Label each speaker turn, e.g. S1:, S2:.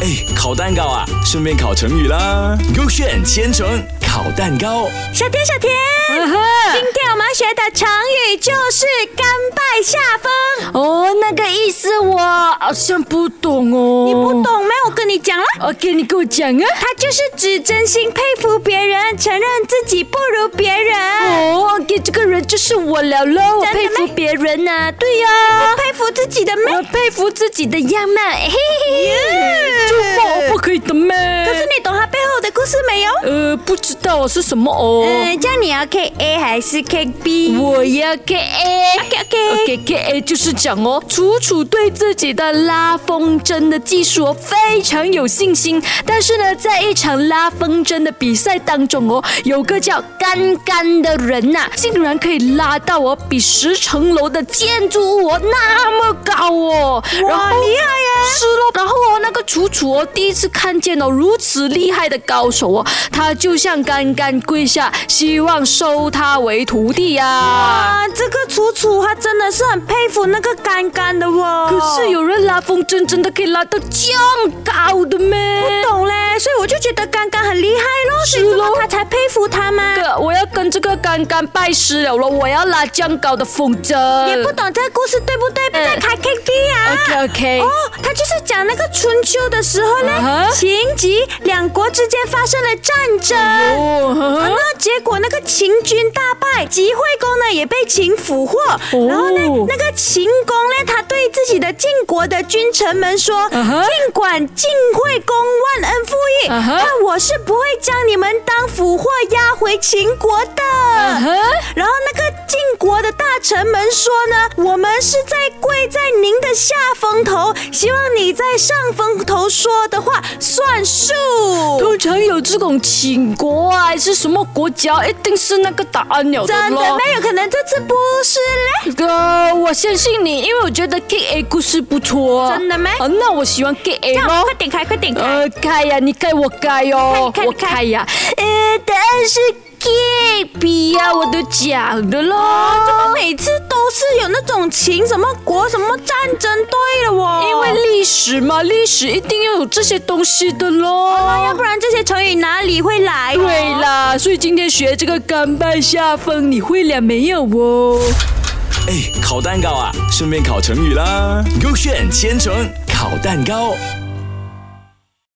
S1: 哎，烤蛋糕啊，顺便烤成语啦。勾选千层烤蛋糕，
S2: 小天，小天，
S3: 啊哈
S2: 今天我们学的成语就是“甘拜下风
S3: 哦，那个意思我好像不懂哦。”。
S2: 你不？懂没？我跟你讲了。
S3: OK，你给我讲啊。
S2: 它就是指真心佩服别人，承认自己不如别人，
S3: 哦，OK，这个人就是我了喽，我
S2: 真的
S3: 佩
S2: 咩
S3: 服别人呐、对呀、
S2: 佩服自己的
S3: 我
S2: 妹。
S3: 佩服自己的样貌，嘿嘿嘿，
S2: Yeah
S3: 周末不可以的咩？
S2: 可是你懂它背后的故事没有？
S3: 呃，不知道是什么哦。
S2: 嗯，这样你要 K A 还是 K B？
S3: 我要 K A。
S2: OK OK，
S3: OK K A 就是讲哦，楚楚对自己的拉风筝的技术哦非常有信心，但是呢，在一场拉风筝的比赛当中哦，有个叫干干的人呐、竟然可以拉到哦比十层楼的建筑物哦那么高哦，然后
S2: 厉害耶！
S3: 是咯，然后哦，那个楚楚哦，第一次看见哦如此厉害的高手哦，他就向干干跪下，希望收他为徒弟呀、
S2: 啊，这个楚楚她真的是很佩服那个干干的哦。
S3: 可是有人拉风筝真的可以拉到这样高的咩？
S2: 不懂嘞，所以我就觉得干干很厉害咯，所以这么他才佩服他嘛。
S3: 哥，我要跟这个干干拜师了咯，我要拉这样高的风筝。
S2: 也不懂这个故事对不对？在开 K B 啊。
S3: OK OK，、
S2: 哦，他就是讲那个春秋的时候
S3: 啊
S2: 呢
S3: 哈，
S2: 秦吉两国之间发生了战争。
S3: 哦呵
S2: 啊
S3: 呵
S2: 那结果那个秦军大败，齐惠公呢也被秦俘获。然后呢，那个秦公呢，他对自己的晋国的君臣们说：“
S3: 啊哈
S2: 尽管晋惠公忘恩负义，
S3: 啊哈
S2: 但我是不会将你们当俘获押回秦国的。
S3: 啊哈
S2: 然后那个晋国的大臣们说呢，我们是在跪在您的下风头，希望你在上风头说的话算数。
S3: 通常有这种秦国啊，还是什么国家，一定是那个答案了的
S2: 真的
S3: 咯。
S2: 没有可能，这次不是嘞。
S3: 哥，我相信你，因为我觉得 K A 故事不错。
S2: 真的咩
S3: 啊，那我喜欢 K A
S2: 这样
S3: 咯。
S2: 快点开，快点开。
S3: 呃，开呀，你开我开哦，
S2: 开你开
S3: 我
S2: 你开
S3: 开呀。呃，答案是 K B 呀，我都讲的咯。
S2: 啊怎么每次都是有那种情什么国什么战争对了哦？
S3: 因为历史嘛，历史一定要有这些东西的
S2: 要
S3: 咯。
S2: 不然哎这些成语哪里会来？啊
S3: 对。啦，所以今天学这个甘拜下风，你会了没有哦？
S1: 哎，烤蛋糕啊，顺便烤成语啦。勾选千层烤蛋糕。